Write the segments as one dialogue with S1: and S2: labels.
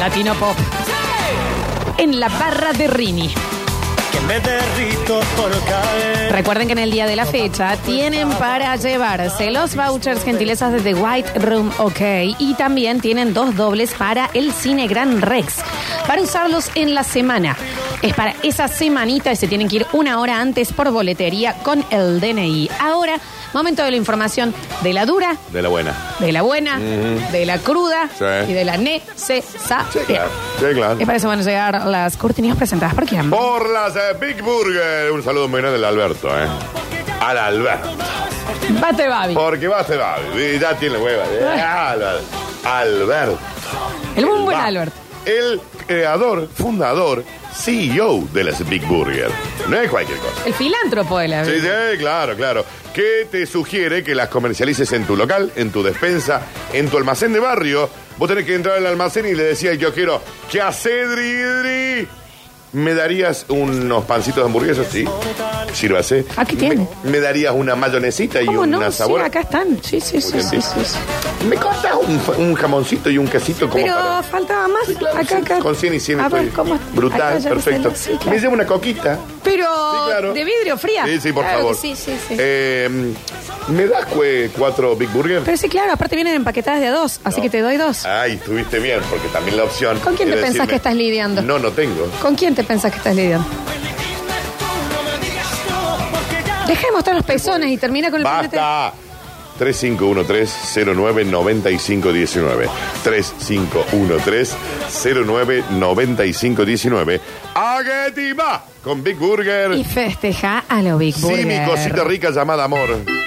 S1: Latino Pop. En la barra de Rini.
S2: que me derrito por caer.
S1: Recuerden que en el día de la fecha tienen para llevarse los vouchers gentilezas de The White Room OK y también tienen dos dobles para el Cine Gran Rex para usarlos en la semana. Es para esa semanita y se tienen que ir una hora antes por boletería con el DNI. Ahora, momento de la información de la dura,
S3: De la buena.
S1: de la buena, de la cruda
S3: Sí.
S1: y de la necesaria.
S3: Sí, claro. Sí, claro.
S1: Y para eso van a llegar las cortinas presentadas por quién.
S3: Por las eh, Big Burger. Un saludo muy grande al Alberto, ¿eh? Al Alberto.
S1: Bate Babi.
S3: Porque va a ser Babi. Ya tiene hueva. ¿eh? Al- Alberto.
S1: El buen buen
S3: Va.
S1: Albert.
S3: El creador, fundador, CEO de las Big Burger. No es cualquier cosa.
S1: El filántropo de la
S3: Sí, sí, claro, claro. ¿Qué te sugiere que las comercialices en tu local, en tu despensa, en tu almacén de barrio? Vos tenés que entrar al almacén y le decía al kiosquero, ¿qué hace, Dridri? ¿Me darías unos pancitos de hamburguesas? Sí, sírvase.
S1: Aquí tiene.
S3: ¿Me, me darías una mayonesita y
S1: ¿Cómo
S3: una
S1: no? Sí,
S3: sabor?
S1: acá están. Sí, sí, sí,
S3: Muy
S1: sí,
S3: gentil.
S1: sí, sí.
S3: ¿Me cortas un, fa- un jamoncito y un quesito como
S1: Pero
S3: para-
S1: faltaba más.
S3: Sí, claro,
S1: acá,
S3: sí,
S1: acá.
S3: Con 100 y 100
S1: A ver,
S3: estoy-
S1: ¿cómo? Acá
S3: Brutal,
S1: ya
S3: perfecto.
S1: me salió, sí, claro.
S3: Me llevo una coquita.
S1: Pero
S3: Sí, claro.
S1: de vidrio fría.
S3: Sí, sí, por
S1: Claro
S3: favor.
S1: que Sí, sí, sí.
S3: Eh, ¿Me das cue- cuatro Big Burger?
S1: Pero sí, claro, aparte vienen empaquetadas de a dos, así que te doy dos.
S3: Ay, estuviste bien, porque también la opción.
S1: ¿Con quién te
S3: era
S1: pensás
S3: decirme,
S1: que estás lidiando?
S3: No, no tengo.
S1: ¿Con quién te pensás que estás lidiando? Deja de mostrar los pezones y termina con el primer
S3: ¡Basta! 3513-099519. 3513-099519. ¡Aguetima! Con Big
S1: te- Y
S3: Burger.
S1: festeja a lo Big Burger.
S3: Sí, mi cosita rica llamada amor.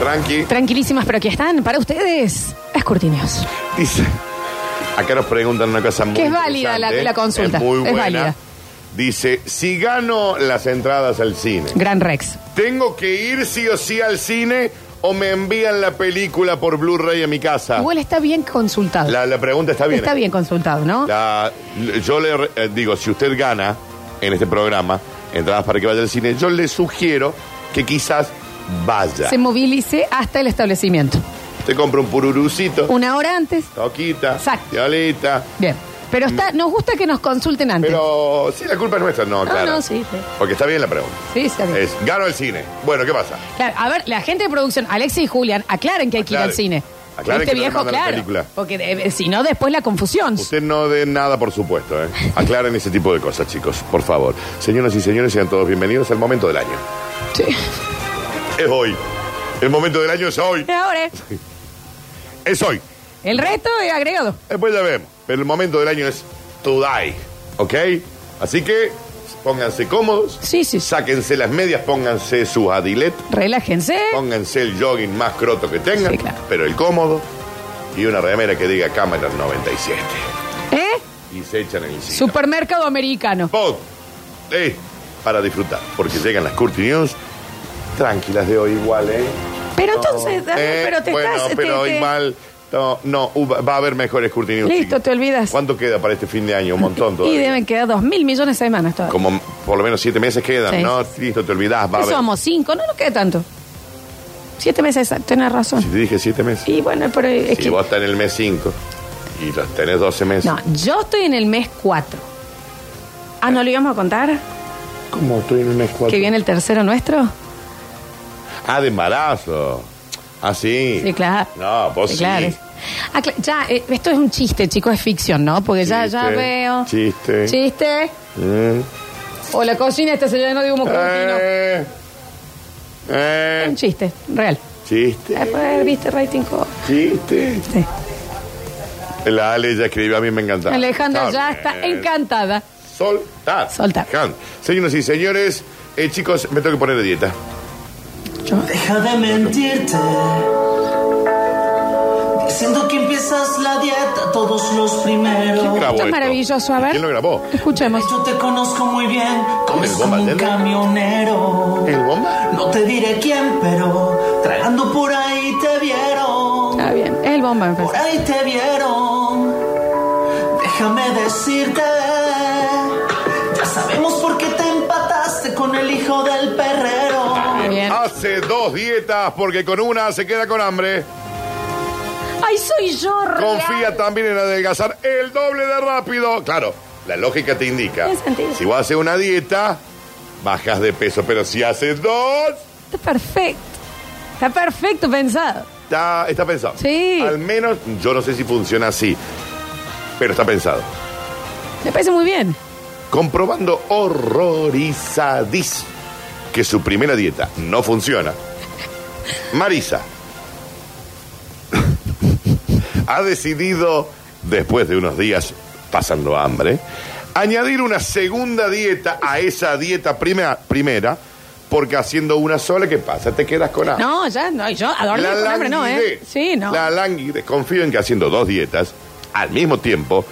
S3: Tranqui.
S1: Tranquilísimas, pero aquí están para ustedes. Es Curtinios.
S3: Dice. Acá nos preguntan una cosa muy
S1: Que es válida la-
S3: interesante,
S1: la consulta,
S3: Es muy
S1: es
S3: buena.
S1: válida.
S3: Dice, si gano las entradas al cine,
S1: Gran Rex.
S3: ¿tengo que ir sí o sí al cine o me envían la película por Blu-ray a mi casa?
S1: Igual está bien consultado.
S3: Ah. La, la pregunta está bien.
S1: Está bien consultado, ¿no?
S3: La- yo le re- eh, digo, si usted gana en este programa, entradas para que vaya al cine, yo le sugiero que quizás vaya.
S1: Se movilice hasta el establecimiento.
S3: Te compra un pururucito,
S1: Una hora antes.
S3: toquita,
S1: Exacto.
S3: violita,
S1: Bien. Pero está, nos gusta que nos consulten antes.
S3: Mm.
S1: Ah,
S3: Pero sí, la culpa es nuestra, no,
S1: No,
S3: claro.
S1: no, sí, sí.
S3: Porque está bien la pregunta.
S1: Sí, está bien.
S3: Es, gano el cine. Bueno, ¿qué pasa?
S1: Claro, a ver, la gente de producción, Alexis y Julián, aclaren que hay que ir
S3: Aclaren.
S1: al cine.
S3: Aclaren
S1: este
S3: que no le
S1: viejo,
S3: mandan la
S1: claro.
S3: película.
S1: Porque eh, eh, si no, después la confusión.
S3: Usted no dé nada, por supuesto, ¿eh? Aclaren ese tipo de cosas, chicos, por favor. Señoras y señores, sean todos bienvenidos al momento del año.
S1: Sí.
S3: Es hoy. El momento del año es hoy.
S1: Y Ahora, eh,
S3: Es hoy.
S1: el resto es agregado.
S3: Después ya vemos. Pero el momento del año es today. ¿Ok? Así que pónganse cómodos.
S1: Sí, sí, sí.
S3: Sáquense las medias, pónganse su adilet.
S1: Relájense.
S3: Pónganse el jogging más croto que tengan,
S1: Sí, claro.
S3: pero el cómodo. Y una remera que diga Cámara 97.
S1: ¿Eh?
S3: Y se echan el sillón.
S1: Supermercado americano.
S3: Pon. Eh, para disfrutar, porque llegan las Curti News tranquilas de hoy igual, ¿eh?
S1: Pero entonces, Daniel,
S3: Eh,
S1: pero te
S3: bueno,
S1: estás. te-
S3: pero
S1: te-
S3: igual... No, no, hubo- va a haber mejores Curti News.
S1: Listo,
S3: chicos.
S1: te olvidas.
S3: ¿Cuánto queda para este fin de año? Un montón
S1: Y
S3: todavía.
S1: deben quedar dos mil millones de semanas todavía.
S3: Como por lo menos siete meses quedan,
S1: Sí.
S3: ¿no? Listo, te olvidás, va a
S1: ¿Qué
S3: haber...
S1: somos? ¿Cinco? No nos queda tanto. Siete meses, exacto, tenés
S3: Si
S1: razón.
S3: te dije siete meses.
S1: Y bueno, pero es
S3: si
S1: que.
S3: vos estás en el mes cinco y los tenés 12 meses.
S1: No, yo estoy en el mes cuatro. Ah, ¿no lo íbamos a contar?
S3: ¿Cómo estoy en una escuadra?
S1: ¿Que viene el tercero nuestro?
S3: Ah, de embarazo. Ah, sí.
S1: Sí, claro.
S3: No, vos sí.
S1: Sí, claro. Ah, cla- ya, eh, esto es un chiste, chicos, es ficción, ¿no? Porque ya, ya
S3: Chiste,
S1: veo.
S3: chiste.
S1: Chiste.
S3: Mm.
S1: O la cocina esta se llenó de humo continuo.
S3: Eh.
S1: Es
S3: Eh.
S1: Un chiste, real. Ah,
S3: Chiste.
S1: pues, ¿Viste rating? co-
S3: Chiste.
S1: Sí.
S3: La Ale ya escribió, a mí me encantaba.
S1: Alejandra ya
S3: Está
S1: está
S3: bien.
S1: encantada.
S3: Soltar.
S1: Soltar.
S3: Can. Señoras y señores, eh, chicos, me tengo que poner a dieta.
S4: Deja de mentirte. Siento que empiezas la dieta todos los primeros.
S3: grabó
S1: Esto es
S3: esto?
S1: maravilloso, a ver.
S3: ¿Quién lo grabó?
S1: Escuchemos.
S4: Yo te conozco muy bien, comes
S3: ¿El bomba
S4: como un
S3: Tele?
S4: camionero.
S3: ¿El bomba?
S4: No te diré quién, pero tragando por ahí te vieron.
S1: Está bien, es el bomba. me
S4: Por
S1: parece.
S4: ahí te vieron. Déjame decirte. Ya sabemos por qué te empataste con el hijo del perrero.
S1: Bien.
S3: Hace dos dietas porque con una se queda con hambre.
S1: ¡Ay, soy yo! real.
S3: Confía también en adelgazar el doble de rápido. Claro, la lógica te indica.
S1: Tiene sentido.
S3: Si vos haces una dieta, bajas de peso, pero si haces dos,
S1: Está perfecto. Está perfecto pensado.
S3: está, está pensado.
S1: Sí.
S3: Al menos, yo no sé si funciona así, pero está pensado.
S1: Me parece muy bien.
S3: Comprobando horrorizadís que su primera dieta no funciona, Marisa ha decidido, después de unos días pasando hambre, añadir una segunda dieta a esa dieta prima- primera, porque haciendo una sola, ¿qué pasa? Te quedas con hambre.
S1: No, ya, no, yo adorno
S3: Ah. La
S1: con hambre, no, ¿eh?
S3: languidez.
S1: Sí, no.
S3: La languidez. Confío en que haciendo dos dietas al mismo tiempo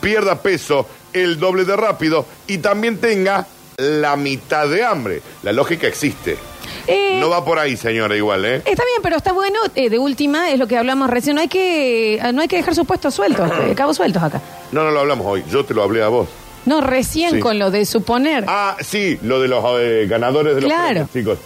S3: pierda peso el doble de rápido y también tenga la mitad de hambre. La lógica existe.
S1: Eh,
S3: No va por ahí, señora, igual, ¿eh?
S1: Está bien, pero está bueno, eh, de última, es lo que hablamos recién, no hay que, eh, no hay que dejar sus puestos sueltos, eh, cabos sueltos acá.
S3: No, no lo hablamos hoy. Yo te lo hablé a vos.
S1: No, recién
S3: Sí.
S1: con lo de suponer.
S3: Ah, sí, lo de los eh, ganadores de los
S1: Claro.
S3: premios, chicos.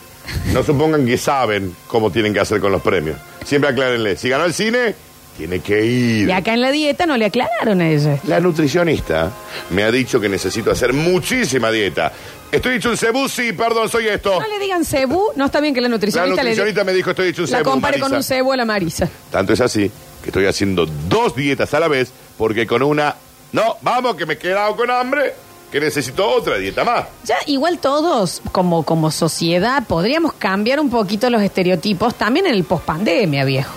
S3: No supongan que saben cómo tienen que hacer con los premios. Siempre aclárenle. Si ganó el cine, tiene que ir.
S1: y acá en la dieta no le aclararon a ella.
S3: La nutricionista me ha dicho que necesito hacer muchísima dieta. Estoy hecho un cebú, sí, perdón, soy esto.
S1: No le digan cebú, no está bien que la
S3: La
S1: nutricionista,
S3: nutricionista
S1: le
S3: me dijo estoy hecho un
S1: la
S3: cebú.
S1: compare con
S3: Marisa.
S1: un cebo a la Marisa.
S3: Tanto es así que estoy haciendo dos dietas a la vez porque con una... No, vamos, que me he quedado con hambre, que necesito otra dieta más.
S1: Ya, igual todos, como, como sociedad, podríamos cambiar un poquito los estereotipos también en el pospandemia, viejo.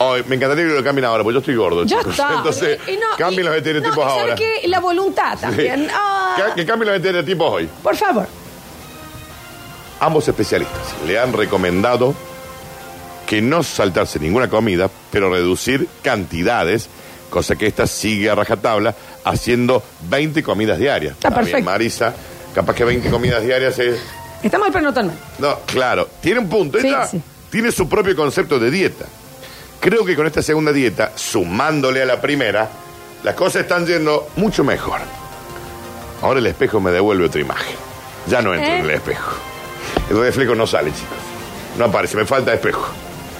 S3: Ay, me encantaría que lo cambien ahora, porque yo estoy gordo.
S1: Ya
S3: chicos.
S1: está.
S3: Entonces,
S1: Y no-
S3: cambien
S1: y-
S3: los estereotipos
S1: no, y
S3: ahora.
S1: ¿sabe qué? La voluntad también.
S3: Sí.
S1: Ah,
S3: Que- que cambien los estereotipos hoy.
S1: por favor.
S3: Ambos especialistas le han recomendado que no saltarse ninguna comida, pero reducir cantidades, cosa que esta sigue a rajatabla, haciendo 20 comidas diarias.
S1: Está
S3: También,
S1: perfecto.
S3: Marisa, capaz que 20 comidas diarias es...
S1: Está mal, pero no tan mal.
S3: No, claro, tiene un punto.
S1: Sí,
S3: Ella
S1: sí.
S3: tiene su propio concepto de dieta. Creo que con esta segunda dieta, sumándole a la primera, las cosas están yendo mucho mejor. Ahora el espejo me devuelve otra imagen. Ya no entro
S1: ¿Eh?
S3: en el espejo. El reflejo no sale, chicos. No aparece, me falta espejo.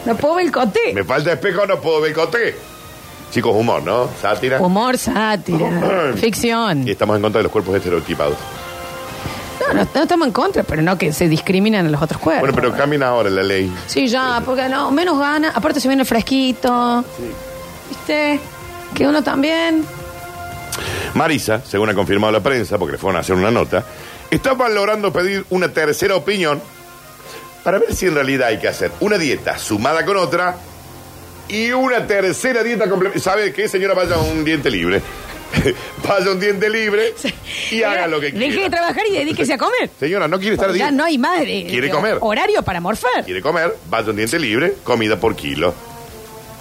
S1: No puedo boicotear.
S3: Me falta espejo, no puedo boicotear. Chicos, humor, ¿no? Sátira.
S1: Humor, sátira, ficción.
S3: Y estamos en contra de los cuerpos estereotipados.
S1: No, no, no estamos en contra, pero no que se discriminan a los otros cuerpos.
S3: Bueno, pero camina ahora la ley.
S1: Sí, ya, porque no, menos gana. Aparte se viene fresquito. ¿Viste? Que uno también.
S3: Marisa, según ha confirmado la prensa, porque le fueron a hacer una nota, está valorando pedir una tercera opinión para ver si en realidad hay que hacer una dieta sumada con otra y una tercera dieta complementaria. ¿Sabe qué, señora? Vaya a un diente libre. Vaya a un diente libre y haga lo que
S1: ¿eh? Deje de
S3: quiera.
S1: trabajar y dedíquese a comer.
S3: Señora, no quiere estar a
S1: ya
S3: dieta.
S1: no hay madre. Eh,
S3: Quiere comer.
S1: Horario para morfar.
S3: Quiere comer, vaya a un diente libre, comida por kilo.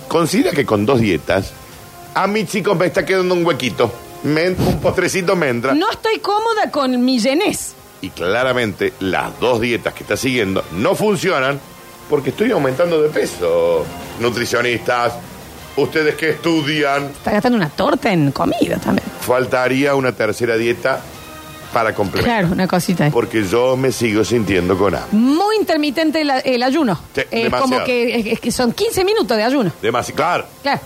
S3: Considera que con dos dietas, a mí, chicos, me está quedando un huequito. Me en- un postrecito me entra.
S1: No estoy cómoda con mi llenez.
S3: y claramente las dos dietas que está siguiendo no funcionan porque estoy aumentando de peso. Nutricionistas, ustedes que estudian,
S1: Está gastando una torta en comida también.
S3: faltaría una tercera dieta para complementar.
S1: Claro, una cosita. ahí.
S3: Porque yo me sigo sintiendo con hambre.
S1: Muy intermitente el, el ayuno. Eh,
S3: Sí,
S1: es
S3: demasiado.
S1: como que, es- es que son 15 minutos de ayuno.
S3: Demasi- claro.
S1: Claro.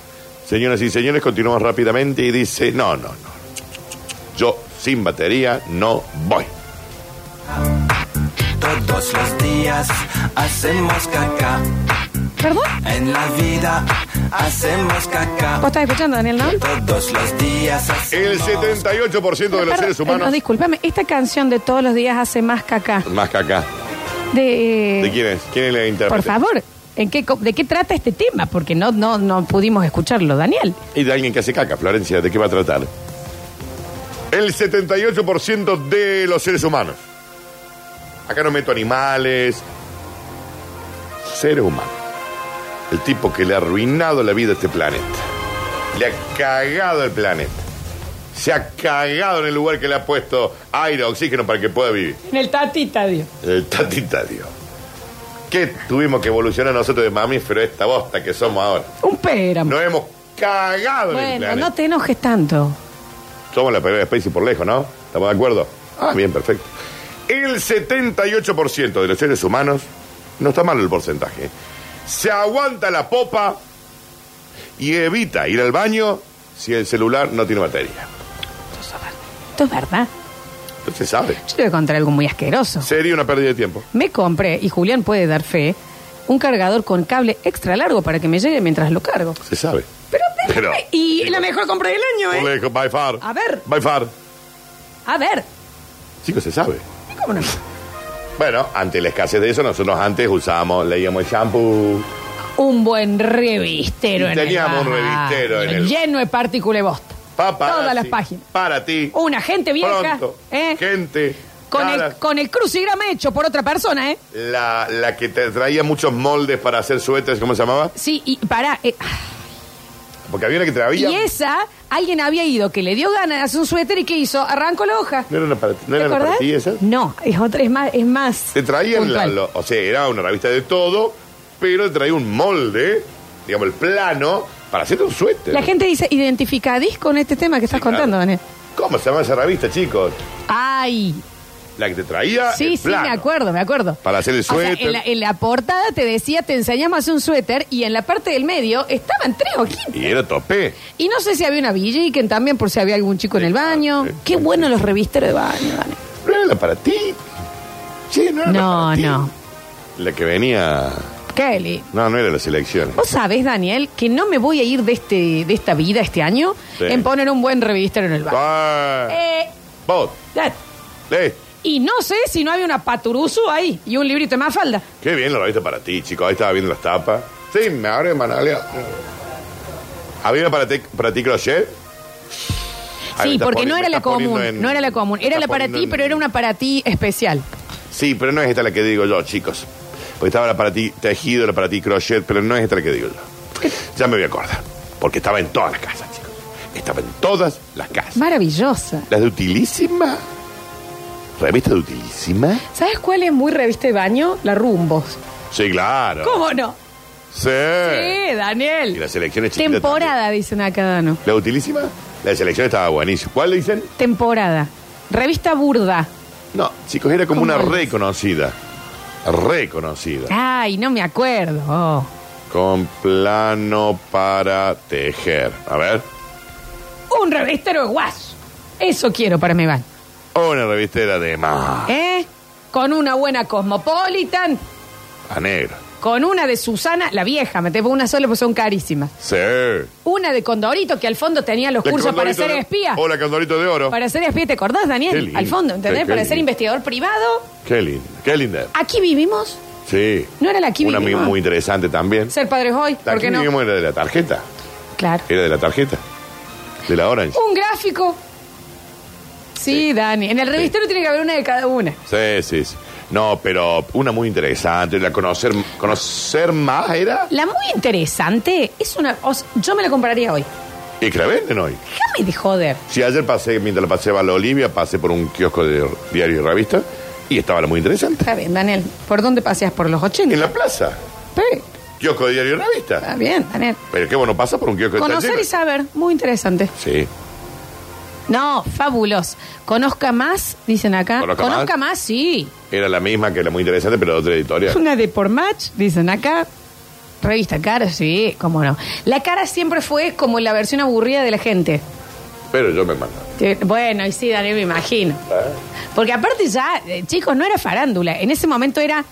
S3: Señoras y señores, continuamos rápidamente y dice, no, no, no. Yo sin batería no voy.
S5: Todos los días hacemos caca.
S1: ¿Perdón?
S5: En la vida hacemos caca.
S1: ¿Vos estás escuchando, Daniel, no?
S5: Todos los días hacemos
S3: El 78% de los
S1: Perdón,
S3: seres
S1: eh, No,
S3: humanos...
S1: discúlpame. Esta canción de todos los días hace más caca.
S3: Más que acá.
S1: De, eh,
S3: ¿De quién es? ¿Quién es la
S1: Por
S3: intérprete?
S1: favor, ¿en qué, co- ¿de qué trata este tema? Porque no, no, no pudimos escucharlo, Daniel.
S3: Y de alguien que hace caca, Florencia, ¿de qué va a tratar? El 78% de los seres humanos. Acá no meto animales. Seres humanos. El tipo que le ha arruinado la vida a este planeta. Le ha cagado el planeta. Se ha cagado en el lugar que le ha puesto aire, oxígeno para que pueda vivir.
S1: En el tatita, Dios.
S3: El tatita, Dios. ¿Qué tuvimos que evolucionar nosotros de mamífero esta bosta que somos ahora?
S1: Un pera.
S3: Nos hemos cagado en el
S1: bueno,
S3: planeta.
S1: no te enojes tanto.
S3: Somos la primera especie por lejos, ¿no? ¿Estamos de acuerdo? Ah, bien, perfecto. El 78% de los seres humanos, no está mal el porcentaje, ¿eh? se aguanta la popa y evita ir al baño si el celular no tiene batería.
S1: Esto es verdad.
S3: No se sabe.
S1: Yo te voy a contar algo muy asqueroso.
S3: Sería una pérdida de tiempo.
S1: Me compré, y Julián puede dar fe, un cargador con cable extra largo para que me llegue mientras lo cargo.
S3: Se sabe.
S1: Pero,
S3: Pero-
S1: y la mejor compra del año,
S3: Por
S1: ¿eh?
S3: lejos, by far.
S1: A ver.
S3: By far.
S1: A ver.
S3: Chicos, se sabe.
S1: ¿Cómo no?
S3: Bueno, ante la escasez de eso, nosotros antes usábamos, leíamos el shampoo.
S1: Un buen revistero
S3: Y
S1: en el
S3: teníamos un
S1: baño,
S3: revistero en el-
S1: Lleno de partícula y bosta.
S3: Papá.
S1: Todas las páginas.
S3: Para ti.
S1: Una gente vieja.
S3: Pronto.
S1: ¿eh?
S3: Gente.
S1: Con
S3: caras.
S1: el, con el crucigrama hecho por otra persona, ¿eh?
S3: La, la que te traía muchos moldes para hacer suéteres, ¿cómo se llamaba?
S1: Sí, y eh, para.
S3: Porque había una que
S1: y
S3: traía.
S1: esa, alguien había ido que le dio ganas de hacer un suéter y ¿qué hizo? Arrancó la hoja.
S3: ¿No era una para, no
S1: ¿Te
S3: era una para
S1: acordás?
S3: ti esa?
S1: No, es otra, es más, es más.
S3: Te traían la,
S1: puntual.
S3: lo- O sea, era una revista de todo, pero te traía un molde, digamos, el plano, para hacerte un suéter.
S1: La gente dice, identificadís con este tema que estás
S3: Sí, claro.
S1: contando, Daniel.
S3: ¿Cómo se llama esa revista, chicos?
S1: Ay,
S3: La que te traía.
S1: sí,
S3: Ah, el
S1: sí, me
S3: plano.
S1: acuerdo, me acuerdo.
S3: Para hacer el
S1: O sea,
S3: suéter.
S1: en, la, en la portada te decía, te enseñamos a hacer un suéter y en la parte del medio estaban tres hojitas.
S3: Y era topé.
S1: Y no sé si había una Villiquen también, por si había algún chico en el baño.
S3: claro, sí.
S1: Qué bueno los revisteros de baño, Dani.
S3: No era la para ti. Sí, no era la
S1: No,
S3: para ti.
S1: no.
S3: La que venía.
S1: Kelly.
S3: No, no era las elecciones.
S1: Vos sabés, Daniel, que no me voy a ir de, este, de esta vida este año
S3: Sí.
S1: en poner un buen revistero en el baño.
S3: Ah.
S1: Eh,
S3: Vos, eh.
S1: ya.
S3: le.
S1: Y no sé si no había una paturuzu ahí y un librito de más falda.
S3: Qué bien la revista para ti, chicos. Ahí estaba viendo las tapas. Sí, me abre Manalia. ¿Había una para ti, para ti crochet? Ahí me
S1: Sí,
S3: está
S1: porque
S3: poni-
S1: no
S3: me
S1: era la
S3: está poniendo
S1: común,
S3: en-
S1: no era la común.
S3: me
S1: Era
S3: está
S1: la para
S3: poniendo
S1: ti,
S3: en-
S1: pero era una para ti especial.
S3: Sí, pero no es esta la que digo yo, chicos. Porque estaba la para ti tejido, la para ti crochet, pero no es esta la que digo yo. Ya me voy a acordar. Porque estaba en todas las casas, chicos. Estaba en todas las casas.
S1: Maravillosa.
S3: ¿Las de Utilísima? ¿Revista de Utilísima?
S1: ¿Sabes cuál es muy revista de baño? La Rumbos.
S3: Sí, claro.
S1: ¿Cómo no?
S3: Sí.
S1: Sí, Daniel.
S3: Eh. Y las elecciones chiquitas
S1: Temporada, dicen acá, Dano.
S3: ¿La utilísima? La de selección estaba buenísima. ¿Cuál le dicen?
S1: Temporada. Revista burda.
S3: No, chicos, era como
S1: ¿Cómo
S3: una
S1: es?
S3: reconocida. Reconocida.
S1: Ay, no me acuerdo. Oh.
S3: Con plano para tejer. A ver.
S1: Un revistero de guas. Eso quiero para mi baño.
S3: Una revistera de más.
S1: ¿Eh? Con una buena Cosmopolitan.
S3: A negro.
S1: Con una de Susana, la vieja, me tengo una sola porque son carísimas.
S3: Sí. La
S1: Una de Condorito, que al fondo tenía los cursos para
S3: Condorito
S1: ser
S3: de-
S1: espía.
S3: O la Condorito de Oro.
S1: Para ser espía, ¿te acordás,
S3: Qué
S1: Daniel?
S3: lindo.
S1: Al fondo, ¿entendés?
S3: Sí, qué
S1: para ser
S3: lindo.
S1: investigador privado.
S3: Qué linda. Qué linda.
S1: Aquí vivimos.
S3: Sí.
S1: No era la que
S3: Una muy,
S1: vivimos.
S3: muy interesante también.
S1: Ser padres hoy, ¿por
S3: La que
S1: qué no?
S3: vivimos era de la tarjeta.
S1: Claro.
S3: Era de la tarjeta. De la Orange.
S1: Un gráfico. Sí, Dani. En el revistero tiene que haber una de cada una.
S3: Sí, sí, sí. No, pero una muy interesante. La conocer, conocer más era.
S1: La muy interesante es una. o sea, yo me la compraría hoy.
S3: Y que la venden hoy.
S1: Déjame de joder.
S3: Si ayer pasé, mientras paseaba a la Olivia, pasé por un kiosco de diario y revista y estaba la muy interesante.
S1: Está bien, Daniel. ¿Por dónde paseas? ¿Por los 80?
S3: En la plaza,
S1: Sí,
S3: kiosco de diario y
S1: está
S3: revista.
S1: bien, Daniel.
S3: Pero qué bueno, pasa por un kiosco de
S1: Conocer y
S3: taller.
S1: saber, muy interesante.
S3: Sí.
S1: No, fabuloso. Conozca más, dicen acá.
S3: ¿Conozca
S1: más?
S3: más?
S1: sí.
S3: Era la misma que la muy interesante, pero de otra editorial.
S1: Una de por match, dicen acá. Revista cara, sí, cómo no. La cara siempre fue como la versión aburrida de la gente.
S3: Pero yo me mando. ¿eh?
S1: Eh, Bueno, y sí, Daniel, me imagino. Porque aparte ya, eh, chicos, no era farándula. En ese momento era,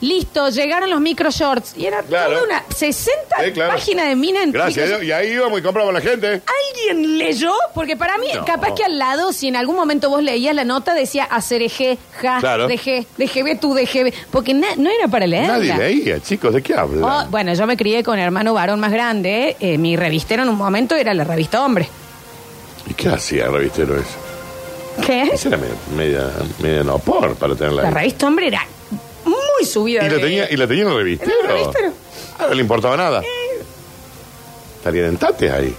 S1: listo, llegaron los micro shorts. Y era
S3: Claro.
S1: toda una 60
S3: Sí, claro.
S1: páginas de mina en
S3: Gracias. a
S1: micro-
S3: Dios. Y ahí íbamos y compramos la gente.
S1: ¿Alguien leyó? Porque para mí,
S3: No.
S1: capaz que al lado, si en algún momento vos leías la nota, decía hacer eje, ja,
S3: Claro.
S1: deje, dejebe tú, dejebe. Porque na- no era para leer.
S3: Nadie leía, chicos. ¿De qué hablan?
S1: bueno, yo me crié con hermano varón más grande. eh, mi revistero en un momento era la revista Hombre.
S3: ¿Y qué hacía el revistero eso?
S1: ¿Qué?
S3: Esa era media, media, media no por para tenerla.
S1: La
S3: ahí.
S1: revista Hombre era muy subida.
S3: Y la
S1: de-
S3: tenía, y la tenía en el revistero.
S1: En el revistero.
S3: Ah, Claro, le importaba nada. Estarían en Tates ahí.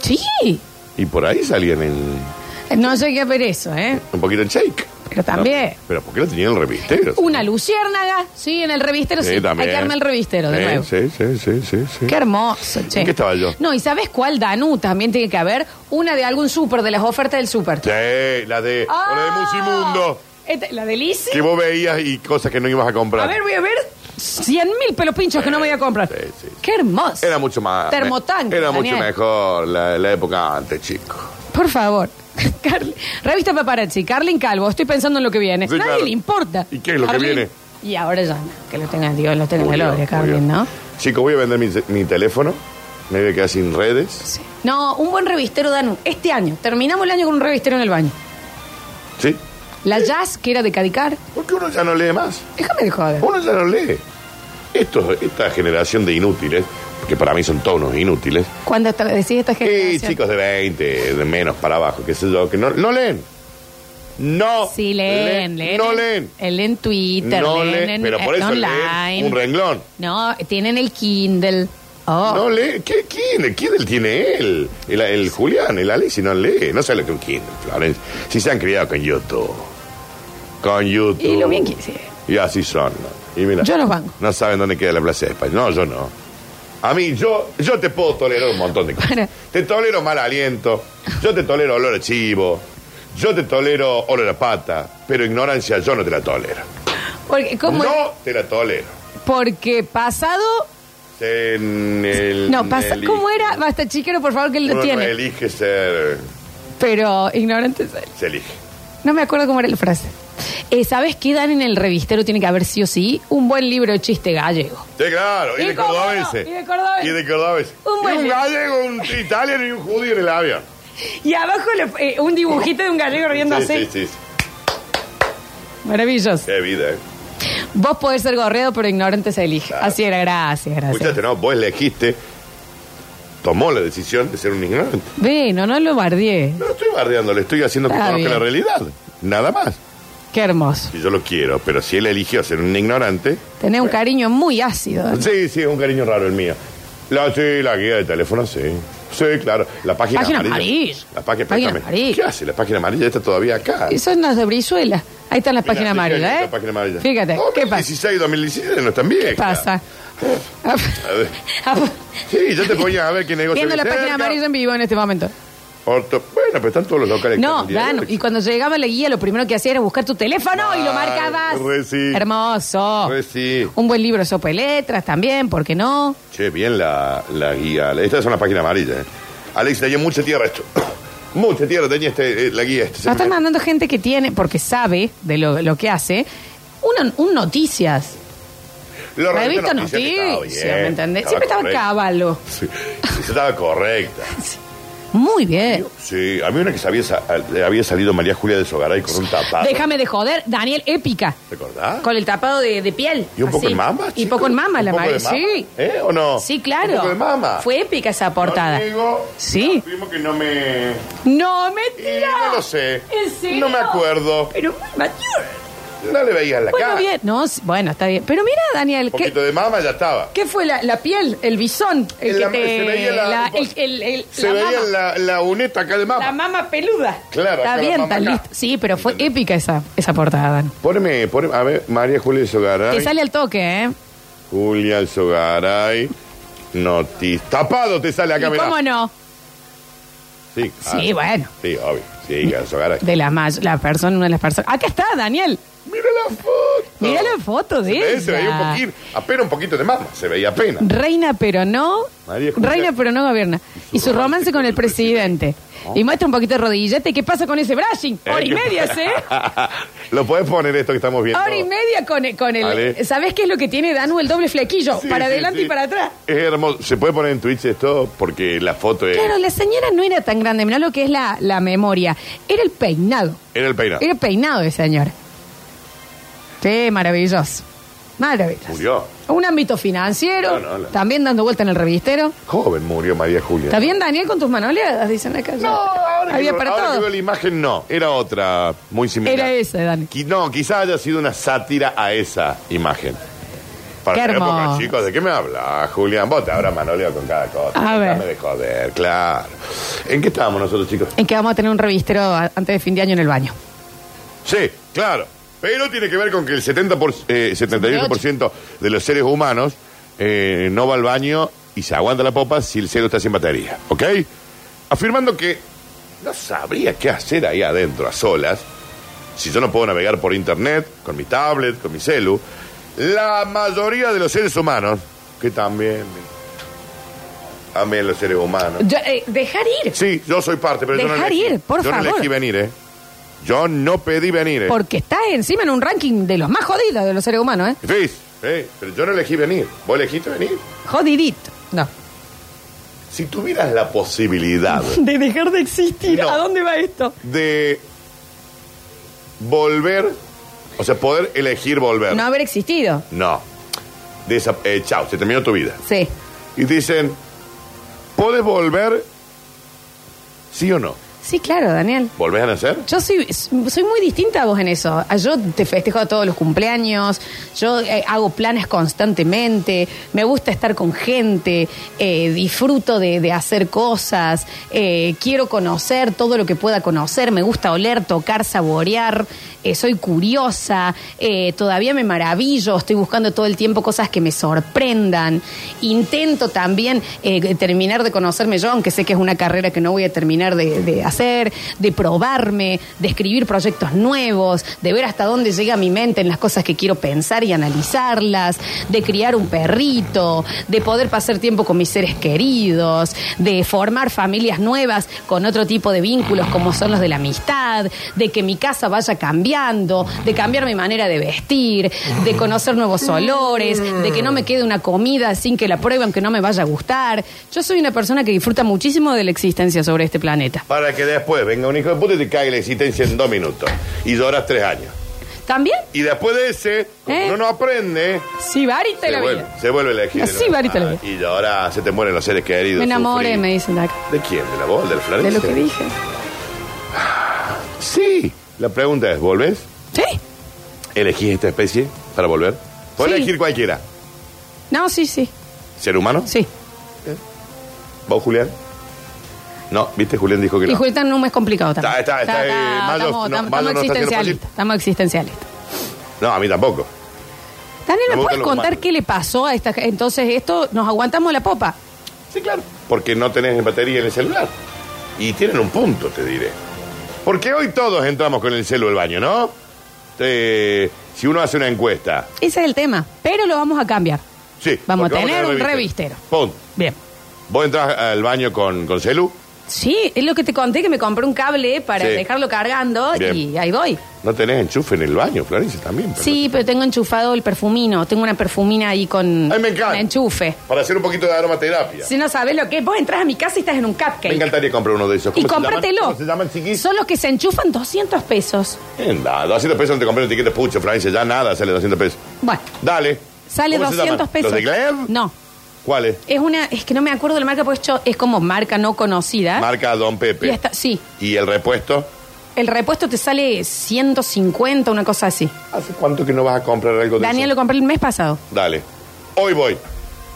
S1: Sí.
S3: Y por ahí salían en.
S1: No llegué a ver eso, ¿eh?
S3: Un poquito en shake.
S1: Pero también.
S3: No, pero ¿por qué lo tenían en el revistero?
S1: Una luciérnaga, sí, en el revistero, sí. Hay que armar el revistero de
S3: Sí,
S1: nuevo.
S3: Sí, sí, sí, sí. sí.
S1: Qué hermoso, che.
S3: ¿En qué estaba yo?
S1: No, ¿y sabes cuál, Danu? También tiene que haber una de algún súper, de las ofertas del súper.
S3: Sí, la de.
S1: Ah.
S3: O la de Musimundo.
S1: Esta- ¿La de Lizzy?
S3: Que vos veías y cosas que no ibas a comprar.
S1: A ver, voy a ver 100 mil pelos pinchos que no me voy a comprar.
S3: Sí, sí, sí.
S1: Qué hermoso.
S3: Era mucho más.
S1: Termotanque,
S3: Era
S1: Daniel.
S3: mucho mejor la, la época antes, chico.
S1: Por favor. Carly- Revista Paparazzi, Carlin Calvo, estoy pensando en lo que viene.
S3: Sí,
S1: Nadie
S3: claro.
S1: le importa.
S3: ¿Y qué es lo que viene?
S1: Y ahora ya, que lo tenga Dios, lo tenga en
S3: Muy
S1: la
S3: bien,
S1: gloria,
S3: muy
S1: Carlin,
S3: bien.
S1: ¿no?
S3: Chico, voy a vender mi, mi teléfono. Me voy a quedar sin redes.
S1: Sí. No, un buen revistero, Danu. Este año, terminamos el año con un revistero en el baño.
S3: ¿Sí?
S1: La Jazz, que era de Cadicar,
S3: Porque uno ya no lee más.
S1: déjame de joder.
S3: Uno ya no lee. Esto, esta generación de inútiles, que para mí son todos unos inútiles,
S1: Cuando esta- decís esta
S3: y
S1: generación.
S3: chicos de 20, de menos para abajo, qué sé yo, que no, no leen. No.
S1: Sí, leen, leen.
S3: No leen.
S1: El en Twitter,
S3: no
S1: leen,
S3: leen.
S1: en-
S3: pero por
S1: eh,
S3: eso
S1: online.
S3: leen un renglón.
S1: No, tienen el Kindle. Oh.
S3: No lee. ¿Qué, quién, ¿Quién él tiene él? El, el Julián, el Alexi no lee. No sabe lo que un Kindle, Florencia. Si se han criado con YouTube. Con YouTube.
S1: Y lo bien que sí.
S3: Y así son. ¿no? Y mira,
S1: Yo los banco.
S3: No saben dónde queda la Plaza de España. No, yo no. A mí, yo, yo te puedo tolerar un montón de cosas.
S1: Para.
S3: Te tolero mal aliento. Yo te tolero olor a chivo. Yo te tolero olor a pata. Pero ignorancia yo no te la tolero.
S1: Porque, ¿cómo es?
S3: No te la tolero.
S1: Porque pasado.
S3: En el-
S1: No, pasa,
S3: el-
S1: ¿cómo era? Basta, chiquero, por favor, que él
S3: Uno
S1: lo
S3: no
S1: tiene.
S3: elige ser.
S1: Pero ignorante es él.
S3: Se elige.
S1: No me acuerdo cómo era la frase. Eh, ¿Sabes qué dan en el revistero? Tiene que haber sí o sí un buen libro de chiste gallego.
S3: Sí, claro. Y,
S1: ¿Y
S3: de
S1: cómo no?
S3: cordobense.
S1: Y de cordobense.
S3: Y de cordobense.
S1: Un buen
S3: Y un
S1: libro.
S3: gallego, un italiano y un judío en el avión.
S1: Y abajo le- eh, un dibujito de un gallego riendo
S3: Sí,
S1: así.
S3: sí, sí, sí.
S1: Maravilloso.
S3: Qué vida, eh.
S1: Vos podés ser gorreado, pero ignorante se elige.
S3: Claro.
S1: Así era, gracias, gracias.
S3: Escuchate, no, vos elegiste, tomó la decisión de ser un ignorante.
S1: Ve, no, no lo bardié.
S3: No lo estoy bardeando, le estoy haciendo que
S1: Está
S3: conozca
S1: bien.
S3: la realidad. Nada más.
S1: Qué hermoso.
S3: Si yo lo quiero, pero si él eligió ser un ignorante.
S1: Tenés un cariño muy ácido. ¿no?
S3: Sí, sí, es un cariño raro el mío. La, sí, la guía de teléfono, sí. Sí, claro. La página,
S1: Página amarilla.
S3: amarilla. La página,
S1: Página
S3: préstame.
S1: amarilla.
S3: ¿Qué hace? La página amarilla está todavía acá.
S1: Eso es las de Brizuela. Ahí están las
S3: Mira,
S1: páginas
S3: sí,
S1: amarillas,
S3: la
S1: ¿eh?
S3: página amarilla.
S1: Fíjate, ¿qué pasa?
S3: 2016, 2017 no están bien.
S1: ¿Qué pasa?
S3: A ver. Sí, yo te ponía a ver qué negocio.
S1: Viendo la
S3: había
S1: página
S3: cerca.
S1: amarilla en vivo en este momento.
S3: Orto- Bueno, pero están todos los locales. Pues que
S1: No,
S3: están en
S1: Dan,
S3: 18.
S1: y cuando llegaba la guía, lo primero que hacía era buscar tu teléfono y lo
S3: Ay,
S1: marcabas.
S3: re sí.
S1: Hermoso.
S3: Re sí.
S1: Un buen libro de sopa y letras también, ¿por qué no?
S3: Che, bien la, la guía. Esta es una página amarilla. ¿eh? Alex, tenía mucha tierra esto. mucha tierra tenía este, eh, la guía. Este,
S1: Nos están mandando gente que tiene, porque sabe de lo, lo que hace, una- un noticias.
S3: Lo
S1: Revista
S3: revisto noticia, que estaba
S1: noticias,
S3: bien,
S1: ¿me entendés?
S3: estaba
S1: Siempre estaba
S3: correcta.
S1: caballo.
S3: Sí, sí, estaba correcta.
S1: Muy bien.
S3: Sí, había una que se había, sa- le había salido María Julia de Sogaray con un tapado.
S1: Déjame de joder, Daniel, épica.
S3: ¿Recordás?
S1: Con el tapado de, de piel.
S3: Y un poco
S1: así.
S3: en mama.
S1: Y
S3: chicos.
S1: poco en mama,
S3: Un
S1: la
S3: poco
S1: madre.
S3: de mama.
S1: Sí.
S3: ¿Eh? ¿O no?
S1: Sí, claro.
S3: Un poco de mama.
S1: Fue épica esa portada.
S3: No niego,
S1: Sí.
S3: afirmo que no me.
S1: No, me
S3: Y no lo sé.
S1: ¿En serio?
S3: No me acuerdo.
S1: Pero muy mayor.
S3: No le veías la
S1: Bueno,
S3: cara.
S1: bien. No, sí, bueno, está bien. Pero mira, Daniel,
S3: Un
S1: ¿qué,
S3: poquito de mama ya estaba.
S1: qué fue la, la piel? El bisón. El
S3: La-
S1: que te-
S3: se veía la-
S1: el- el- el-
S3: Se
S1: la
S3: veía
S1: mama.
S3: la, la uneta acá de mama.
S1: La mama peluda.
S3: Claro,
S1: Está
S3: acá la
S1: bien,
S3: mama
S1: tan
S3: acá.
S1: listo. Sí, pero fue épica esa, esa portada, Dan.
S3: Poneme, poneme, a ver, María Julia Sogaray.
S1: Te sale al toque, ¿eh?
S3: Julia Sogaray. Notis. Tapado te sale acá,
S1: ¿Y
S3: mirá.
S1: ¿Cómo no?
S3: Sí, ah,
S1: Sí, bueno.
S3: Sí, obvio. Sí, Julia Sogaray.
S1: De la, may- la persona, una de las personas. Acá está, Daniel.
S3: Mira la foto.
S1: Mira la foto de
S3: se ve- Se veía
S1: ella.
S3: un poquito, apenas un poquito de mama. Se veía apenas.
S1: Reina pero no.
S3: María Julia.
S1: Reina pero no gobierna. Y su romance con el presidente. Y muestra un poquito de rodillete. ¿Qué pasa con ese brushing? Hora y
S3: Eh,
S1: media, ¿sí?
S3: Lo podés poner esto que estamos viendo.
S1: Hora y media con, el- con el.
S3: Ale.
S1: ¿Sabés qué es lo que tiene Danu? El doble flequillo.
S3: Sí,
S1: para
S3: sí,
S1: adelante
S3: sí.
S1: y para atrás.
S3: Es hermoso. Se puede poner en Twitch esto porque la foto es.
S1: Claro, la señora no era tan grande. Mirá lo que es la, la memoria. Era el peinado.
S3: Era el peinado.
S1: Era el peinado de señora. Sí, maravilloso. Maravilloso.
S3: Murió.
S1: Un ámbito financiero.
S3: No, no, no.
S1: También dando vuelta en el revistero.
S3: Joven murió María Julia.
S1: ¿Está bien, Daniel, con tus manoleadas? Dicen acá.
S3: No, ahora, que,
S1: Había
S3: veo-
S1: para
S3: ahora que
S1: todo.
S3: veo la imagen no. Era otra muy similar.
S1: Era esa, Dani.
S3: Qui- no, quizás haya sido una sátira a esa imagen. Para
S1: Qué
S3: la época,
S1: hermoso.
S3: chicos, ¿de qué me habla? Julián, vos te habrás manoleado con cada cosa.
S1: A ver.
S3: Déjame de joder, claro. ¿En qué estábamos nosotros, chicos?
S1: En que vamos a tener un revistero a- antes de fin de año en el baño.
S3: Sí, claro. Pero tiene que ver con que el 70 por, eh, 78% de los seres humanos eh, no va al baño y se aguanta la popa si el cero está sin batería. ¿Ok? Afirmando que no sabría qué hacer ahí adentro a solas si yo no puedo navegar por internet, con mi tablet, con mi celu. La mayoría de los seres humanos, que también. También los seres humanos.
S1: Yo, eh, dejar ir.
S3: Sí, yo soy parte, pero yo no
S1: Dejar
S3: elegí.
S1: ir, por
S3: yo no
S1: favor.
S3: elegí venir, ¿eh? Yo no pedí venir, ¿eh?
S1: Porque está encima en un ranking de los más jodidos de los seres humanos, ¿eh?
S3: Sí, sí, pero yo no elegí venir. ¿Vos elegiste venir?
S1: Jodidito. No.
S3: Si tuvieras la posibilidad
S1: De dejar de existir.
S3: No.
S1: ¿A dónde va esto?
S3: de volver, o sea, poder elegir volver.
S1: No haber existido.
S3: No. Desa- eh, chao, se terminó tu vida.
S1: Sí.
S3: Y dicen, ¿podés volver? ¿Sí o no?
S1: Sí, claro, Daniel.
S3: ¿Volvés a nacer?
S1: Yo soy, soy muy distinta a vos en eso. Ah, Yo te festejo todos los cumpleaños, yo eh, hago planes constantemente, me gusta estar con gente, eh, disfruto de, de hacer cosas, eh, quiero conocer todo lo que pueda conocer, me gusta oler, tocar, saborear, eh, soy curiosa, eh, todavía me maravillo, estoy buscando todo el tiempo cosas que me sorprendan, intento también eh, terminar de conocerme yo, aunque sé que es una carrera que no voy a terminar de, de hacer, de probarme, de escribir proyectos nuevos, de ver hasta dónde llega mi mente en las cosas que quiero pensar y analizarlas, de criar un perrito, de poder pasar tiempo con mis seres queridos, de formar familias nuevas con otro tipo de vínculos como son los de la amistad, de que mi casa vaya cambiando, de cambiar mi manera de vestir, de conocer nuevos olores, de que no me quede una comida sin que la pruebe aunque no me vaya a gustar. Yo soy una persona que disfruta muchísimo de la existencia sobre este planeta.
S3: Para que después venga un hijo de puta y te caiga la existencia en dos minutos. Y lloras tres años.
S1: ¿También?
S3: Y después de ese,
S1: ¿Eh?
S3: uno no aprende.
S1: Sí, varita
S3: Se
S1: la
S3: vuelve,
S1: vida.
S3: se vuelve a elegir.
S1: Así varita la vida.
S3: Y ahora se te mueren los seres queridos.
S1: Me enamoré,
S3: sufrí.
S1: me dicen de acá.
S3: ¿De quién? ¿De la voz? ¿Del
S1: De
S3: Florencia?
S1: lo que dije.
S3: Sí. La pregunta es, ¿volvés?
S1: Sí.
S3: ¿Elegís esta especie para volver? Podés
S1: Sí.
S3: elegir cualquiera.
S1: No, sí, sí.
S3: ¿Ser humano?
S1: Sí.
S3: ¿Vos, Julián? No, ¿viste? Julián dijo que
S1: Y
S3: no.
S1: Julián no es complicado también.
S3: Está- está- está, eh, Mayo
S1: estamos,
S3: no-
S1: estamos-
S3: Mayo no
S1: estamos
S3: está haciendo
S1: existencialistas.
S3: fácil.
S1: Estamos existencialistas.
S3: No, a mí tampoco.
S1: Daniel,
S3: Me
S1: ¿me
S3: gustan
S1: puedes
S3: los
S1: contar
S3: humanos.
S1: qué le pasó a esta Entonces, esto, nos aguantamos la popa.
S3: Sí, claro. Porque no tenés batería en el celular. Y tienen un punto, te diré. Porque hoy todos entramos con el celu al baño, ¿no? Eh, si uno hace una encuesta.
S1: Ese es el tema. Pero lo vamos a cambiar.
S3: Sí.
S1: Vamos a
S3: porque
S1: tener un revistero.
S3: Punto.
S1: Bien.
S3: ¿Vos entras al baño con, con celu?
S1: Sí, es lo que te conté, que me compré un cable para
S3: Sí.
S1: dejarlo cargando
S3: Bien.
S1: y ahí voy.
S3: No tenés enchufe en el baño, Florencia, también. pero-
S1: Sí, pero tengo enchufado el perfumino. Tengo una perfumina ahí con
S3: Ay, me encanta.
S1: con enchufe.
S3: Para hacer un poquito de aromaterapia.
S1: Si no sabes lo que es, vos entras a mi casa y estás en un cupcake.
S3: Me encantaría comprar uno de esos.
S1: Y
S3: ¿Cómo se llaman?
S1: cómpratelo.
S3: ¿Cómo se llaman, chiquis?
S1: Son los que se enchufan 200 pesos.
S3: En la- 200 pesos no te compré un tiquete pucho, Florencia. Ya nada sale 200 pesos.
S1: Bueno,
S3: Dale.
S1: sale
S3: ¿Cómo se
S1: 200
S3: llaman?
S1: pesos.
S3: ¿Los de Gleb?
S1: No, ¿Eh?
S3: ¿Cuáles?
S1: es una, es que no me acuerdo de la marca porque es cho- es como marca no conocida.
S3: Marca Don Pepe.
S1: y está, sí,
S3: ¿Y el repuesto?
S1: el repuesto te sale 150, una cosa así.
S3: ¿Hace cuánto que no vas a comprar algo de
S1: Daniel lo
S3: eso?
S1: compré el mes pasado.
S3: Dale. Hoy voy.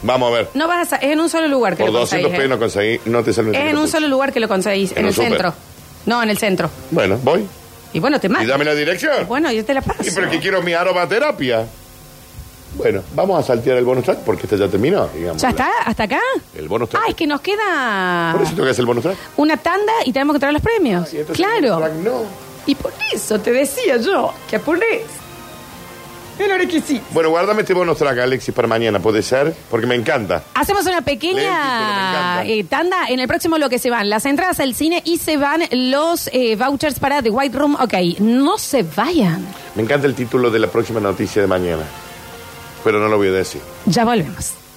S3: Vamos a ver.
S1: No vas a, sa- es en un solo lugar que
S3: Por
S1: lo
S3: 200
S1: conseguís.
S3: pesos
S1: eh.
S3: no conseguí. No te sale un
S1: Es en
S3: tiquete
S1: un
S3: pucho.
S1: solo lugar que lo conseguís,
S3: En
S1: en,
S3: un
S1: el
S3: súper.
S1: centro. No, en el centro.
S3: Bueno, voy.
S1: Y bueno, te
S3: Y
S1: mando.
S3: dame la dirección.
S1: Bueno, yo te la paso.
S3: Y pero que quiero mi aromaterapia. Bueno, vamos a saltear el bonus track porque este ya terminó, digamos.
S1: ¿Ya está? ¿Hasta acá?
S3: El bonus track.
S1: Ah, es que nos queda
S3: Por eso tengo que hacer el bonus track.
S1: una tanda y tenemos que traer los premios.
S3: Y entonces el
S1: Ah. claro.
S3: bonus track no.
S1: Y por eso te decía yo que apurés. Era lo que sí.
S3: Bueno, guárdame este bonus track, Alexis, para mañana, ¿puede ser? Porque me encanta.
S1: Hacemos una
S3: Lentito, me
S1: pequeña
S3: encanta.
S1: eh, tanda. En el próximo lo que se van las entradas al cine y se van los eh, vouchers para The White Room. Ok, no se vayan.
S3: Me encanta el título de la próxima noticia de mañana. Pero no lo voy a decir.
S1: Ya volvemos.